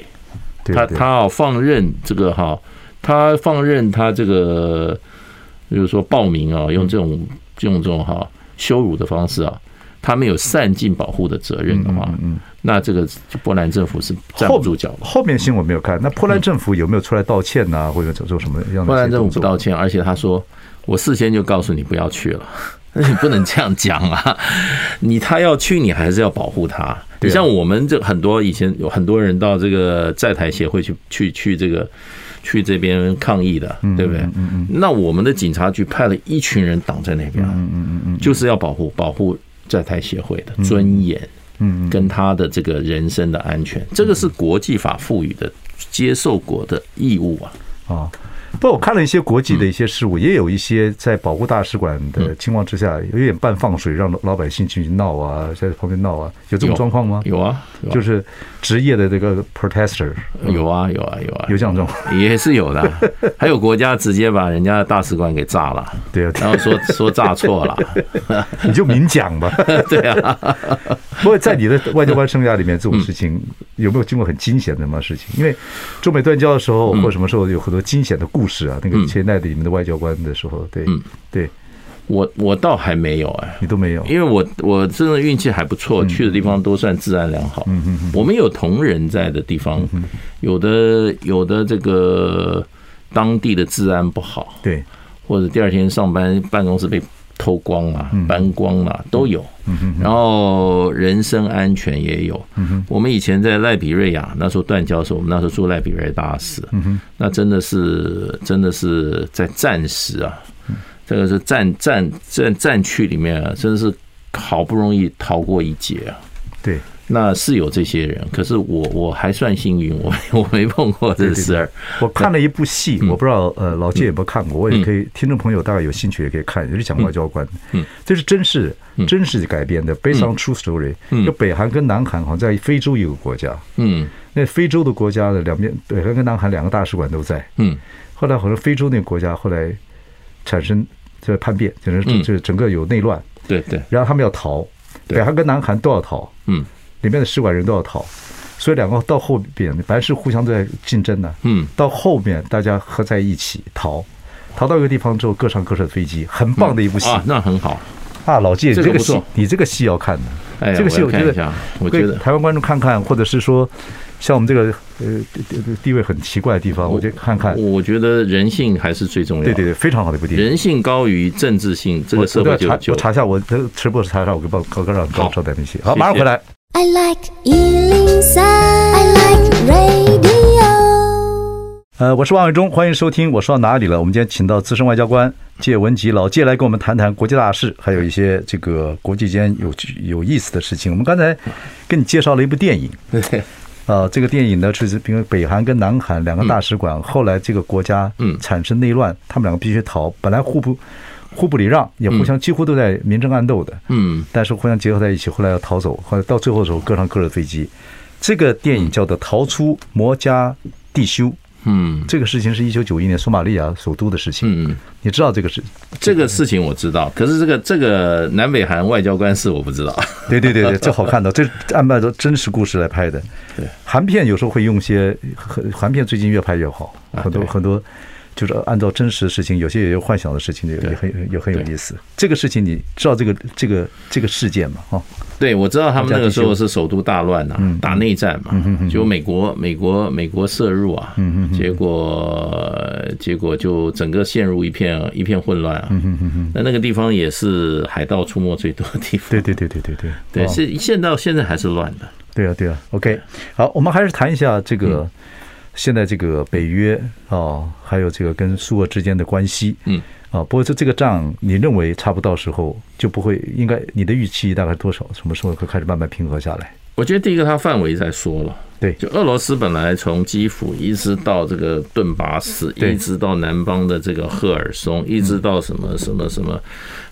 A: 对
B: 他
A: 对
B: 他要放任这个哈，他放任他这个，就是说暴民啊，用这种用这种哈羞辱的方式啊，他没有善尽保护的责任的
A: 嗯
B: 话，那这个波兰政府是站不住脚的。
A: 后面新闻没有看，那波兰政府有没有出来道歉 <laughs> 呐、或者做做什么样的一些动作？ <laughs>
B: 波兰政府不道歉，而且他说我事先就告诉你不要去了。你不能这样讲啊！你他要去，你还是要保护他。
A: 对
B: 你
A: 啊
B: 像我们这很多以前有很多人到这个在台协会去去去这个去这边抗议的，
A: 嗯
B: 对不对？那我们的警察局派了一群人挡在那边，啊
A: 嗯
B: 就是要保护保护在台协会的尊严，
A: 嗯
B: 跟他的这个人身的安全，这个是国际法赋予的接受国的义务啊。
A: 啊。不，我看了一些国际的一些事务，也有一些在保护大使馆的情况之下，有点半放水，让老老百姓去闹啊，在旁边闹啊，有这种
B: 嗯有
A: 状况吗？
B: 有啊，有啊
A: 就是职业的这个 protester
B: 有啊，有啊，有啊，
A: 有这样这种，
B: 也是有的啊，还有国家直接把人家的大使馆给炸了，
A: 对啊，
B: 然后说 <laughs> 说炸错了，
A: 你就明讲吧。
B: 对啊，
A: <laughs> 不过在你的外交官生涯里面，这种事情有没有经过很惊险的什么事情？因为中美断交的时候，或什么时候有很多惊险的故事啊。那个前代的你们的外交官的时候，对对，
B: 我我倒还没有哎。
A: 你都没有。
B: 因为我我真的运气还不错，去的地方都算治安良好。我们有同仁在的地方，有的有的这个当地的治安不好，
A: 对，
B: 或者第二天上班办公室被偷光了、搬光了都有。然后人身安全也有。我们以前在赖比瑞亚那时候断交的时候，我们那时候驻赖比瑞大使，那真的是真的是在战时啊，这个是战战战战区里面啊，真的是好不容易逃过一劫啊。
A: 对，
B: 那是有这些人，可是我我还算幸运，我我没碰过这事儿。
A: 我看了一部戏，我不知道呃老季有没有看过，我也可以，听众朋友大概有兴趣也可以看，也是讲外交官，嗯，这是真事真实改编的，based on true story。就北韩跟南韩好像在非洲一个国家，
B: 嗯
A: 那非洲的国家的两边，北韩跟南韩两个大使馆都在，
B: 嗯
A: 后来好像非洲那个国家后来产生这叛变，就是
B: 嗯
A: 就是整个有内乱，
B: 对对，
A: 然后他们要逃，
B: 对
A: 北韩跟南韩都要逃，
B: 嗯
A: 里面的使馆人都要逃，所以两个到后边凡是互相都在竞争的，
B: 嗯
A: 到后面大家合在一起逃。逃到一个地方之后，各上各社的飞机，很棒的一部戏、
B: 啊，那很好。
A: 啊！老季，你
B: 这
A: 这
B: 个
A: 个
B: 不
A: 戏
B: 错，
A: 你这个戏要看的，
B: 哎呀
A: 这个戏
B: 我要
A: 觉
B: 看一
A: 得
B: 下，我觉
A: 各位
B: 得
A: 台湾观众看看，或者是说像我们这个呃地地地位很奇怪的地方，我就看看。
B: 我觉得人性还是最重要的。
A: 对对对，非常好的一部电影。
B: 人性高于政治性，这
A: 我
B: 个社
A: 我
B: 会
A: 都
B: 就
A: 要查，
B: 就
A: 我查一下，我这个直播是查一下，我跟报高高让高
B: 好
A: 招待明细。好，
B: 谢谢
A: 马上回来。
C: I like Ealing Sound. I like radio.
A: 呃，我是王伟忠，欢迎收听。我说到哪里了？我们今天请到资深外交官介文吉老介来跟我们谈谈国际大事，还有一些这个国际间有有意思的事情。我们刚才跟你介绍了一部电影， <laughs>
B: 对
A: 呃，这个电影呢是因为北韩跟南韩两个大使馆、后来这个国家
B: 嗯
A: 产生内乱，他们两个必须逃，本来互不互不礼让，也互相几乎都在明争暗斗的。
B: <laughs> 嗯，
A: 但是互相结合在一起，后来要逃走，后来到最后的时候各上各的飞机。这个电影叫做《逃出摩加地修》，
B: 嗯
A: 这个事情是一九九一年索马利亚首都的事情。
B: 嗯，
A: 你知道这个事？
B: 这个事情我知道，可是这个这个南北韩外交官事我不知道。 <laughs>
A: 对对对对，这好看的，这是按照真实故事来拍的。
B: 对，
A: 韩片有时候会用些，韩韩片最近越拍越好，
B: 啊
A: 很多
B: 对
A: 很多。就是按照真实的事情，有些也有幻想的事情，也
B: 对
A: 也很也很有
B: 对
A: 意思。这个事情你知道这个这个这个事件吗？哦哈、
B: 对，我知道他们那个时
A: 我
B: 候
A: 家
B: 是首都大乱呐、
A: 嗯
B: 大内战嘛，就美国美国美国涉入啊，
A: 嗯
B: 结果结果就整个陷入一片一片混乱
A: 嗯
B: 啊。那那个地方也是海盗出没最多的地方。
A: 对对对对对对，
B: 对，
A: 哦
B: 现现到现在还是乱的。
A: 对啊，对啊，OK，好，我们还是谈一下这个、
B: 嗯
A: 现在这个北约啊、哦还有这个跟苏俄之间的关系。
B: 嗯，
A: 啊，不过这这个仗，你认为差不多到时候就不会，应该你的预期大概多少？什么时候会开始慢慢平和下来？
B: 我觉得第一个它范围在缩了。
A: 对
B: 就俄罗斯本来从基辅一直到这个顿巴斯，
A: 对
B: 一直到南方的这个赫尔松，一直到什
A: 嗯
B: 么什么什么，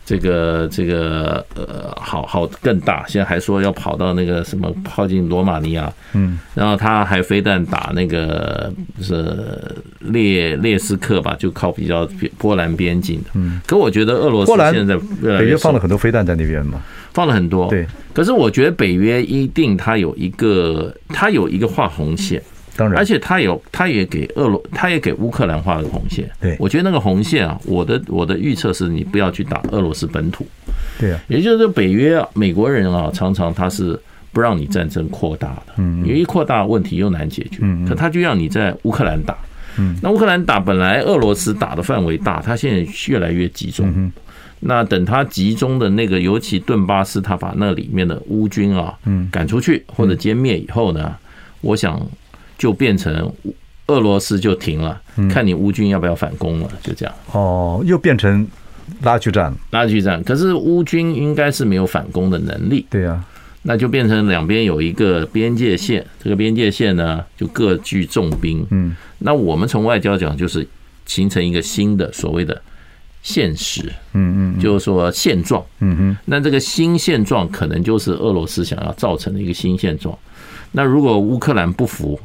B: 这个这个呃，好好更大，现在还说要跑到那个什么靠近罗马尼亚，
A: 嗯，
B: 然后他还非但打那个是列列斯克吧，就靠比较波兰边境的，嗯，可我觉得俄罗斯
A: 波兰
B: 现在越来
A: 北
B: 越
A: 约放
B: 瘦
A: 了很多飞弹在那边嘛，
B: 放了很多。
A: 对，
B: 可是我觉得北约一定它有一个，它有一个画红线，
A: 当然，
B: 而且它有，它也给俄罗，它也给乌克兰画了个红线。
A: 对
B: 我觉得那个红线啊，我的我的预测是你不要去打俄罗斯本土，
A: 对啊，
B: 也就是说北约啊美国人啊，常常他是。不让你战争扩大的，因为一扩大问题又难解决，可他就让你在乌克兰打，嗯嗯那乌克兰打本来俄罗斯打的范围大，他现在越来越集中，那等他集中的那个，尤其顿巴斯，他把那里面的乌军啊，嗯，赶出去或者歼灭以后呢，我想就变成俄罗斯就停了，看你乌军要不要反攻了，就这样
A: 哦，又变成拉锯战了。
B: 拉锯战。可是乌军应该是没有反攻的能力，
A: 对呀、啊
B: 那就变成两边有一个边界线，这个边界线呢就各具重兵。
A: 嗯，
B: 那我们从外交讲，就是形成一个新的所谓的现实，
A: 嗯嗯
B: 就是说现状。
A: 嗯哼，
B: 那这个新现状可能就是俄罗斯想要造成的一个新现状。那如果乌克兰不服，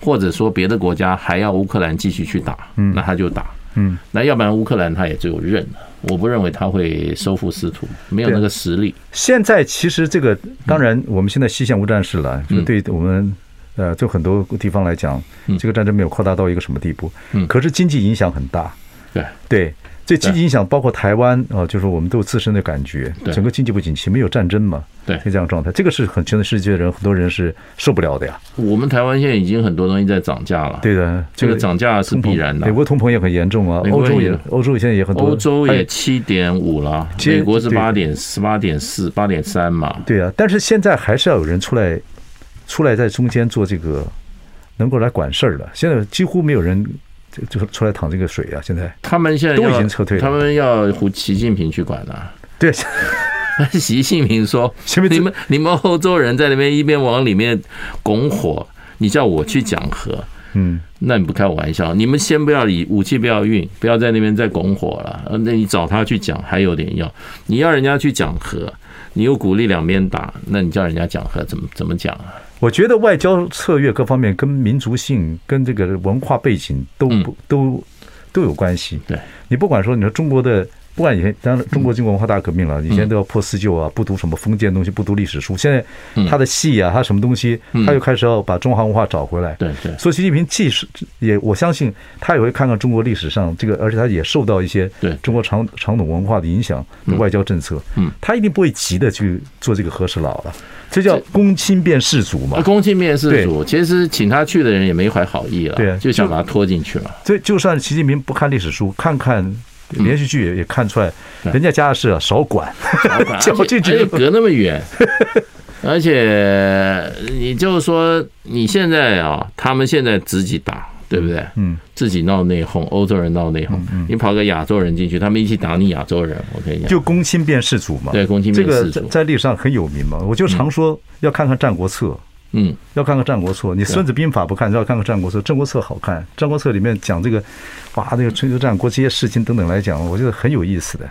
B: 或者说别的国家还要乌克兰继续去打，那他就打。
A: 嗯，
B: 那要不然乌克兰他也只有认了。我不认为他会收复失土，没有那个实力。
A: 现在其实这个，
B: 嗯
A: 当然我们现在西线无战事了，就对我们呃，就很多地方来讲，这个战争没有扩大到一个什么地步，
B: 嗯
A: 可是经济影响很大，
B: 对，
A: 对。这经济影响包括台湾啊、呃就是我们都有自身的感觉，
B: 对
A: 整个经济不景气，没有战争嘛，
B: 对
A: 是这样的状态，这个是很全世界人很多人是受不了的呀，
B: 我们台湾现在已经很多东西在涨价了，
A: 对的，
B: 这个涨价是
A: 通膨
B: 必然的
A: 美。国通膨也很严重啊，
B: 美
A: 欧
B: 国
A: 洲
B: 也
A: 也欧洲现在也很多，哎
B: 欧洲
A: 还有
B: 也七点五了，
A: 接
B: 美国是
A: 对
B: 八点十八点四、八点三嘛。
A: 对啊，但是现在还是要有人出来，出来在中间做这个，能够来管事儿的。现在几乎没有人就就出来淌这个水啊！现在
B: 他们现在要
A: 都已经撤退了
B: 他们要胡习近平去管了、 <laughs>
A: 对， <laughs>
B: 习近平说
A: 前面：“这
B: 你们你们欧洲人在那边一边往里面拱火，你叫我去讲和，
A: 嗯，
B: 那你不开我玩笑？你们先不要以武器不要运，不要在那边再拱火了。呃那你找他去讲还有点用，你要人家去讲和，你又鼓励两边打，那你叫人家讲和怎么怎么讲啊？
A: 我觉得外交策略各方面跟民族性、跟这个文化背景都
B: 嗯
A: 不、都都有关系。
B: 对，
A: 你不管说你说中国的，不管以前当然中国经过文化大革命
B: 嗯
A: 了，以前都要破四旧啊，不读什么封建东西，不读历史书。现在
B: 嗯
A: 他的戏啊，他什么东西，他又开始要把中华文化找回来。
B: 对对
A: 所以习近平既是也，我相信他也会看看中国历史上这个，而且他也受到一些
B: 对
A: 中国传传统文化的影响的外交政策，
B: 嗯，
A: 他一定不会急的去做这个和事佬了，这叫公亲变世族嘛
B: 那。呃公进啊面试组其实请他去的人也没怀好意了，
A: 对啊
B: 就想把他拖进去嘛。
A: 所以就算习近平不看历史书，看看连续剧也也看出来，
B: 对
A: 人家家的事啊少管， <laughs> 搅进
B: 而且
A: 去
B: 而且隔那么远， <laughs> 而且你就说你现在啊，他们现在自己打，对不对？
A: 嗯，
B: 自己闹内讧，欧洲人闹内讧，你跑个亚洲人进去，他们一起打你亚洲人，我跟你讲，
A: 就公亲变世族嘛。
B: 对，公亲
A: 这
B: 面
A: 个
B: 世
A: 在
B: 族，
A: 在历史上很有名嘛。我就常说要看看《战国策》。
B: 嗯，
A: 要看看《战国策》，你《孙子兵法》不看，要看看《战国策》。《战国策》好看，《战国策》里面讲这个，哇，这个春秋战国这些事情等等来讲，我觉得很有意思的。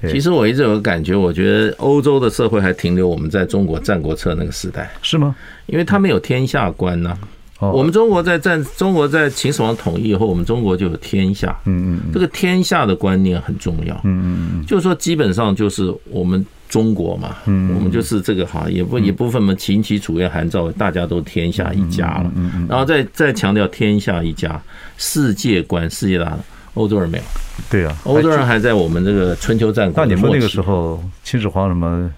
A: 对
B: 其实我一直有个感觉，我觉得欧洲的社会还停留我们在中国战国策那个时代，
A: 是吗？
B: 因为他们有天下观呐、
A: 哦
B: 我们中国在战，中国在秦始皇统一以后，我们中国就有天下。
A: 嗯嗯
B: 这个天下的观念很重要。
A: 嗯嗯
B: 就是说，基本上就是我们中国嘛，
A: 嗯
B: 我们就是这个哈，也不也不分什么秦齐楚燕韩赵，大家都天下一家
A: 嗯
B: 了。然后再再强调天下一家，世界观，世界大同。欧洲人没有，
A: 嗯，对啊，
B: 欧洲人还在我们这个春秋战国
A: 那
B: 的
A: 你
B: 末期。
A: 们那个时候，秦始皇什么，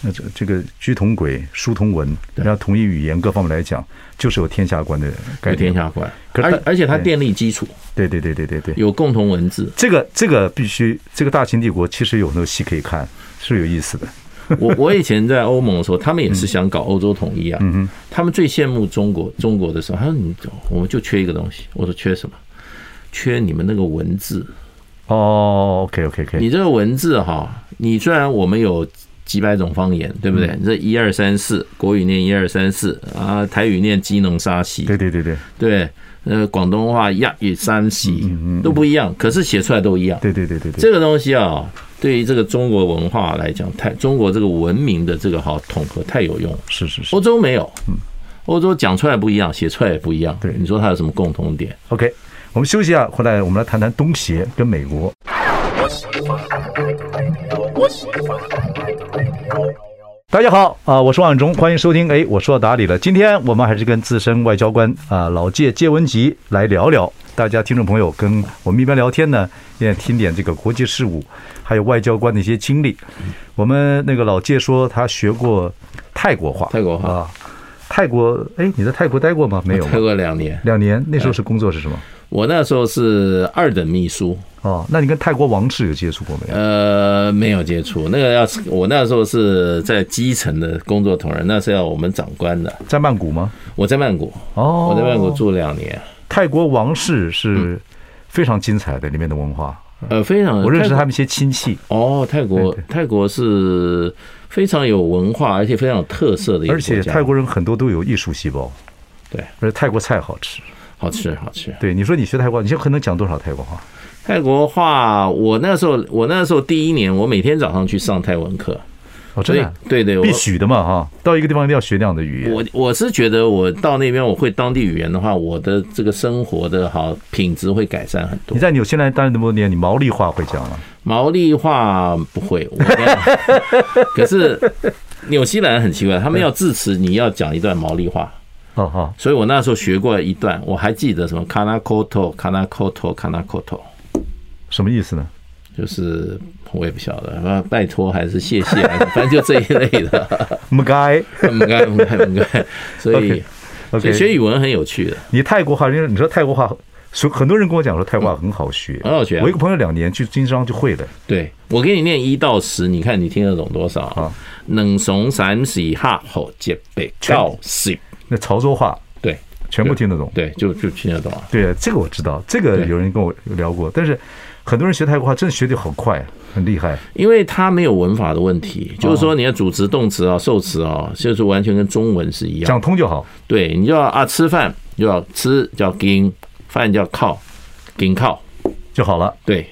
A: 那这这个居同轨，书同文，人家同一语言各方面来讲，就是有天下观的概
B: 有天
A: 念。
B: 下观，
A: 可是
B: 而
A: 但
B: 而且它建立基础，
A: 对对对对对对，
B: 有共同文字。
A: 这个这个必须，这个大秦帝国其实有很多戏可以看，是有意思的。
B: 我我以前在欧盟的时候，他们也是想搞欧洲统一
A: 嗯
B: 啊。他们最羡慕中国中国的时候，他说你我们就缺一个东西。我说缺什么？缺你们那个文字。
A: 哦，OK OK OK，
B: 你这个文字哈，你虽然我们有几百种方言，对不
A: 嗯
B: 对？你这一二三四，国语念一二三四啊，台语念基隆沙西，
A: 对对对对
B: 对，呃，广东话亚语三西都不一样，可是写出来都一样。
A: 嗯对对对对对，
B: 这个东西啊，对于这个中国文化来讲，太中国这个文明的这个哈统合太有用了。
A: 是是是
B: 欧洲没有，欧洲讲出来不一样，写出来也不一样。
A: 嗯对
B: 你说它有什么共同点？
A: ，OK。我们休息一下，回来我们来谈谈东协跟美国。大家好啊、我是万永忠，欢迎收听。哎，我说到哪里了？今天我们还是跟资深外交官啊、老介介文吉来聊聊。大家听众朋友跟我们一边聊天呢，也听点这个国际事务，还有外交官的一些经历。我们那个老介说他学过泰国话，
B: 泰国话
A: 啊，泰国，哎，你在泰国待过吗？没有吧，
B: 泰国两年，
A: 两年。那时候是工作是什么？
B: 我那时候是二等秘书，
A: 哦，那你跟泰国王室有接触过没有？
B: 呃，没有接触。那个要是我那时候是在基层的工作同仁，那是要我们长官的。
A: 在曼谷吗？
B: 我在曼谷，
A: 哦，
B: 我在曼谷。住两年，
A: 泰国王室是非常精彩的，里面的文化。
B: 呃，非常
A: 哦我认识他
B: 泰国
A: 们一些亲戚，
B: 哦，泰国
A: 对对
B: 泰国是非常有文化，而且非常有特色的一个
A: 而
B: 国家，
A: 且泰国人很多都有艺术细胞，
B: 对
A: 而且泰国菜好吃。
B: 好吃好吃。
A: 对，你说你学泰国，你现在可能讲多少泰国话？
B: 泰国话，我那时候我那时候第一年，我每天早上去上泰文课，
A: 哦，
B: 所
A: 真
B: 以
A: 的啊
B: 对对，我
A: 必须的嘛哈，到一个地方一定要学那样的语言。
B: 我我是觉得我到那边我会当地语言的话，我的这个生活的好品质会改善很多
A: 你。在纽西兰待了那么多年，你毛利话会讲吗？
B: 毛利话不会，我
A: <laughs>
B: 的可是纽西兰很奇怪，他们要致辞，你要讲一段毛利话。
A: 哦哦，
B: 所以我那时候学过一段，我还记得什么 kana koto kana koto kana koto，
A: 什么意思呢？
B: 就是我也不晓得，呃拜托还是谢谢还是，反正就这一类的。 <laughs>
A: m g a
B: 不该不该不该，所以
A: <laughs> OK，
B: 所以学
A: OK，
B: 语文很有趣的。
A: 你泰国话，你说泰国话，所很多人跟我讲说泰国话很好学，
B: 很好学啊
A: 我一个朋友两年去经商就会了。
B: 对我给你念一到十，你看你听得懂多少
A: 好
B: 啊？冷怂三喜哈吼戒备告喜，
A: 那潮州话
B: 对
A: 全部听得懂。
B: 对，就就听得懂啊。
A: 对，这个我知道，这个
B: 对
A: 有人跟我聊过，但是很多人学泰国话真的学的好快，很厉害。
B: 因为它没有文法的问题，
A: 哦
B: 就是说你的主词、动词啊、受词啊，就是完全跟中文是一样的。
A: 讲通就好。
B: 对，你就要啊，吃饭就要吃叫跟，饭叫靠，跟靠，
A: 就好了。
B: 对，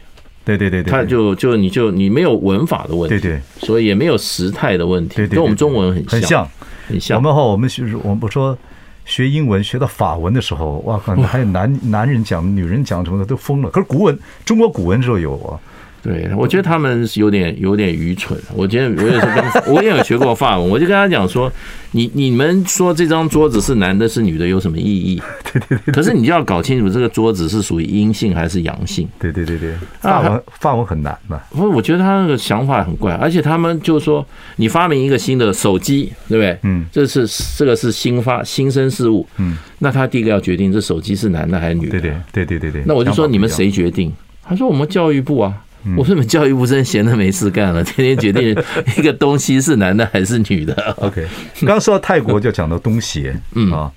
A: 对对对对，
B: 它就就你就你没有文法的问
A: 对
B: 题，
A: 对
B: 所以也没有时态的问题，
A: 对对，
B: 跟我们
A: 对
B: 中文很
A: 很
B: 像，
A: 像。
B: 很
A: 我
B: 像。
A: 们哈，我们学我们说学英文学到法文的时候，哇靠，还有男男人讲、女人讲什么的都疯了。可是古文，中国古文时候有啊，
B: 对，我觉得他们是有点有点愚蠢。我觉得我有时候跟我也有学过法文，我就跟他讲说，你你们说这张桌子是男的是女的有什么意义？对对对。可是你就要搞清楚这个桌子是属于阴性还是阳性。
A: 对对对对，
B: 啊
A: 法文法文很难呐、
B: 不，我觉得他那个想法很怪，而且他们就说你发明一个新的手机，对不对？
A: 嗯，
B: 这是这个是新发新生事物。
A: 嗯，
B: 那他第一个要决定这手机是男的还是女的。
A: 对对对对对对。
B: 那我就
A: 想
B: 说
A: 法不一样嗯
B: 你们？谁决定？他说我们教育部啊。我说你们教育部真闲的没事干了， <laughs> 天天决定一个东西是男的还是女的。 <laughs>
A: OK，刚刚说到泰国就讲到东协，
B: 嗯
A: 啊，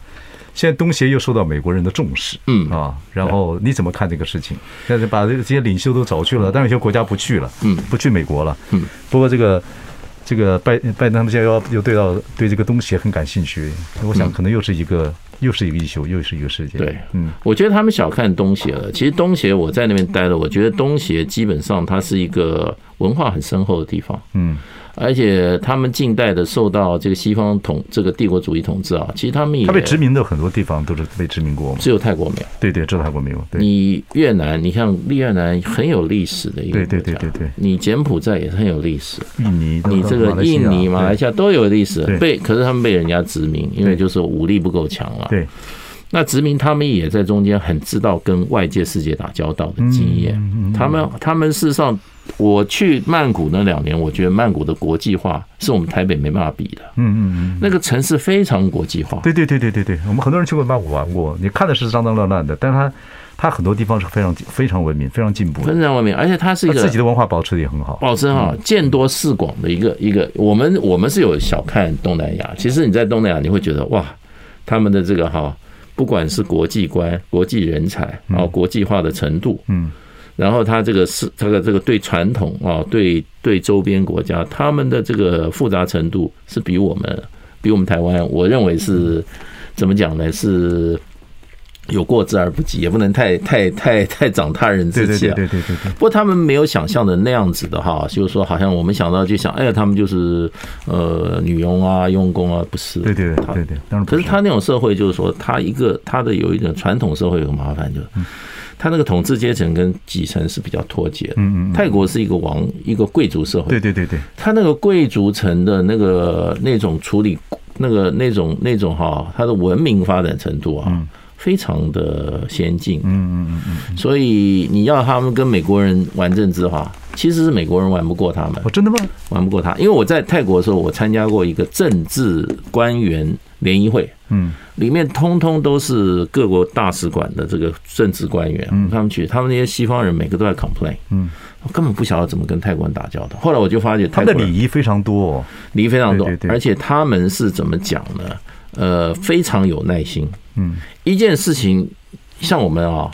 A: 现在东协又受到美国人的重视，
B: 嗯
A: 啊，然后你怎么看这个事情？但是把这个这些领袖都找去了，但有些国家不去了，
B: 嗯
A: 不去美国了，
B: 嗯，
A: 不过这个。这个拜拜登他们现在要又对到对这个东协很感兴趣，我想可能又是一个、又是一个一宿，又是一个事件。
B: 嗯对
A: 嗯，
B: 我觉得他们小看东协了。其实东协我在那边待了，我觉得东协基本上它是一个文化很深厚的地方。
A: 嗯，
B: 而且他们近代的受到这个西方统这个帝国主义统治啊，其实他们也
A: 他被殖，民的很多地方都是被殖民过嘛。
B: 只有泰国没有。
A: 对对，知道泰国没有？对
B: 你越南，你像越南很有历史的一个
A: 对对
B: 国家
A: 对对对
B: 你柬埔寨也很有历史，
A: 印尼，
B: 你这个印尼、马来
A: 西
B: 西亚都有历史
A: 对，
B: 被可是他们被人家殖民，因为就是武力不够强了。
A: 亚，对，
B: 那殖民他们也在中间很知道跟外界世界打交道的经
A: 嗯
B: 验。他们他们事实上，我去曼谷那两年，我觉得曼谷的国际化是我们台北没办法比的。
A: 嗯嗯嗯。
B: 那个城市非常国际化。
A: 对对对对对对，我们很多人去过曼谷玩过，你看的是脏脏乱乱的，但是它它很多地方是非常非常文明、非常进步的，
B: 非常文明，而且它是一
A: 它
B: 个
A: 自己的文化保持的也很好。
B: 保持
A: 嗯
B: 哈见多识广的一个一个。我们我们是有小看东南亚，其实你在东南亚你会觉得哇，他们的这个哈，不管是国际观、国际人才，然后国际化的程度，
A: 嗯，
B: 然后他这个是这个这个对传统啊，对对周边国家他们的这个复杂程度是比我们比我们台湾，我认为是怎么讲呢？是。有过之而不及，也不能太太太太长他人
A: 对
B: 之
A: 对
B: 气
A: 对
B: 啊。
A: 对对对对，
B: 不过他们没有想象的那样子的哈，就是说好像我们想到就想，哎呀，他们就是呃女佣啊、佣工啊，不是？
A: 对对
B: 他
A: 对对，当然不
B: 可是他那种社会就是说，他一个他的有一种传统社会有个麻烦，就是
A: 嗯
B: 他那个统治阶层跟基层是比较脱节的。
A: 嗯嗯嗯
B: 泰国是一个王一个贵族社会，
A: 对对对对，
B: 他那个贵族层的那个那种处理那个那种那种哈，他的文明发展程度
A: 嗯
B: 啊，非常的先进。
A: 嗯嗯嗯嗯，
B: 所以你要他们跟美国人玩政治哈，其实是美国人玩不过他们
A: 哦，，真的吗？
B: 玩不过他。因为我在泰国的时候，我参加过一个政治官员联谊会，
A: 嗯，
B: 里面通通都是各国大使馆的这个政治官员，他们去，他们那些西方人每个都在 complain，
A: 嗯，
B: 我根本不晓得怎么跟泰国人打交道。后来我就发觉
A: 他
B: 泰
A: 们
B: 国
A: 的
B: 人
A: 礼仪非常多哦。
B: 礼仪非常多
A: 对对，对
B: 而且他们是怎么讲呢？呃，非常有耐心。
A: 嗯，
B: 一件事情，像我们啊、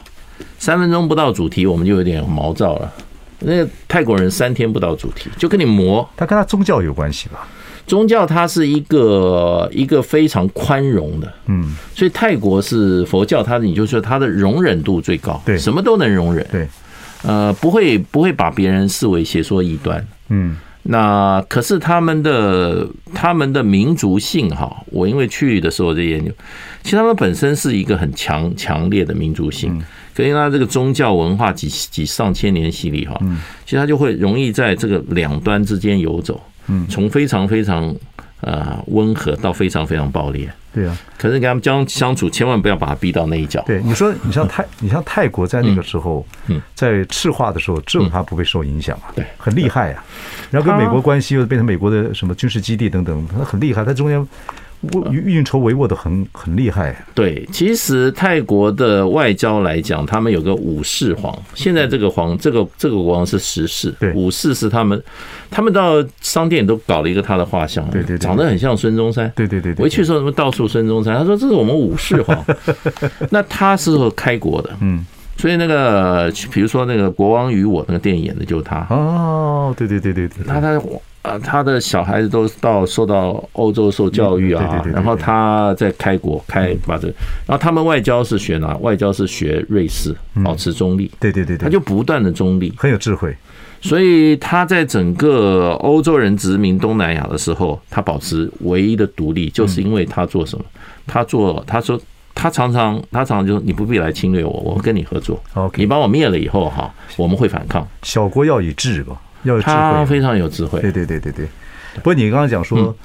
B: 三分钟不到主题，我们就有点毛躁了。那个泰国人三天不到主题，就跟你磨。
A: 他跟他宗教有关系吧？
B: 宗教它是一个一个非常宽容的，
A: 嗯，
B: 所以泰国是佛教，它你就说它的容忍度最高，
A: 对
B: 什么都能容忍，
A: 对，
B: 呃，不会不会把别人视为邪说异端。
A: 嗯
B: 那可是他们的他们的民族性哈，我因为去的时候我在研究，其实他们本身是一个很强强烈的民族
A: 嗯
B: 性，可因为他这个宗教文化几几上千年洗礼哈，
A: 嗯
B: 其实他就会容易在这个两端之间游走，从非常非常呃温和到非常非常暴烈。
A: 对啊，
B: 可是跟他们相相处，千万不要把他逼到那一角。
A: 对，你说你像泰，你像泰国在那个时候，
B: 嗯嗯嗯
A: 在赤化的时候，这种还不会受影响啊，
B: 对
A: 很厉害呀、然后跟美
B: 他
A: 国关系又变成美国的什么军事基地等等，他很厉害，他中间
B: 嗯
A: 我运筹帷幄的很很厉害、啊
B: 对，其实泰国的外交来讲，他们有个五世皇，现在这个皇，这个这个国王是十世
A: 嗯对，
B: 五世是他们，他们到商店都搞了一个他的画像，
A: 对对对
B: 长得很像孙中山。
A: 对对对对，
B: 我一去的时候，什么到处孙中山，他说这是我们五
A: <laughs>
B: 世皇，那他是开国的，
A: 嗯，
B: 所以那个比如说那个《国王与我》那个电影演的就是他，
A: 哦，对对对对对，
B: 他他啊，他的小孩子都到受到欧洲受教
A: 嗯对
B: 育
A: 对
B: 啊
A: 对对，对
B: 然后他在开国开把这，然后他们外交是学哪？外交是学瑞士，保持中立，
A: 嗯对对对对，
B: 他就不断的中立，
A: 很有智慧，
B: 所以他在整个欧洲人殖民东南亚的时候，他保持唯一的独立，就是
A: 嗯
B: 因为他做什么？他做他说。他常常，他常常就说你不必来侵略我，我跟你合作。
A: OK
B: 你把我灭了以后哈，我们会反抗。
A: 小国要以智吧，要有智慧
B: 他
A: 啊，
B: 非常有智慧
A: 对，对对对对。不过你刚刚讲
B: 嗯
A: 说，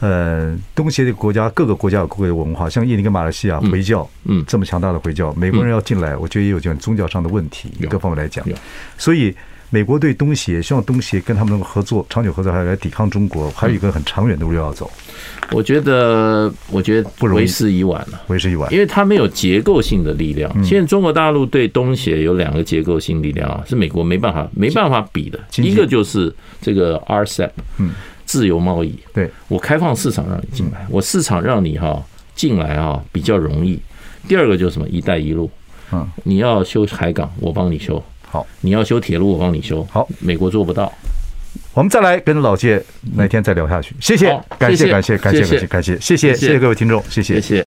A: 呃，东协的国家各个国家有各个的文化，像印尼跟马来西亚回教，
B: 嗯
A: 这么强大的回教，美国人要进来，我觉得也有这种宗教上的问题，
B: 有
A: 各方面来讲
B: 有。
A: 所以美国对东协，希望东协跟他们能够合作，长久合作，还有来抵抗中
B: 嗯
A: 国，还有一个很长远的路要走，
B: 我觉得，我觉得
A: 不容易
B: 为时已晚了，
A: 为时已晚
B: 因。为它没有结构性的力
A: 嗯
B: 量。现在中国大陆对东协有两个结构性力量啊，是美国没办法没办法比的。
A: 经济
B: 一个就是这个 RCEP，
A: 嗯，
B: 自由贸易，
A: 对，
B: 我开放市场让你进来，我市场让你哈进来啊比较容易。第二个就是什么“一带一路
A: 嗯，”，
B: 你要修海港，我帮你修；
A: 好，
B: 你要修铁路，我帮你修。
A: 好，
B: 美国做不到。
A: 我们再来跟老谢哪天再聊下去。谢谢
B: 好，
A: 感谢，
B: 谢谢
A: 感谢，感谢，
B: 谢
A: 感谢，
B: 谢
A: 感谢，谢谢，
B: 谢谢
A: 谢谢各位听众，谢
B: 谢谢。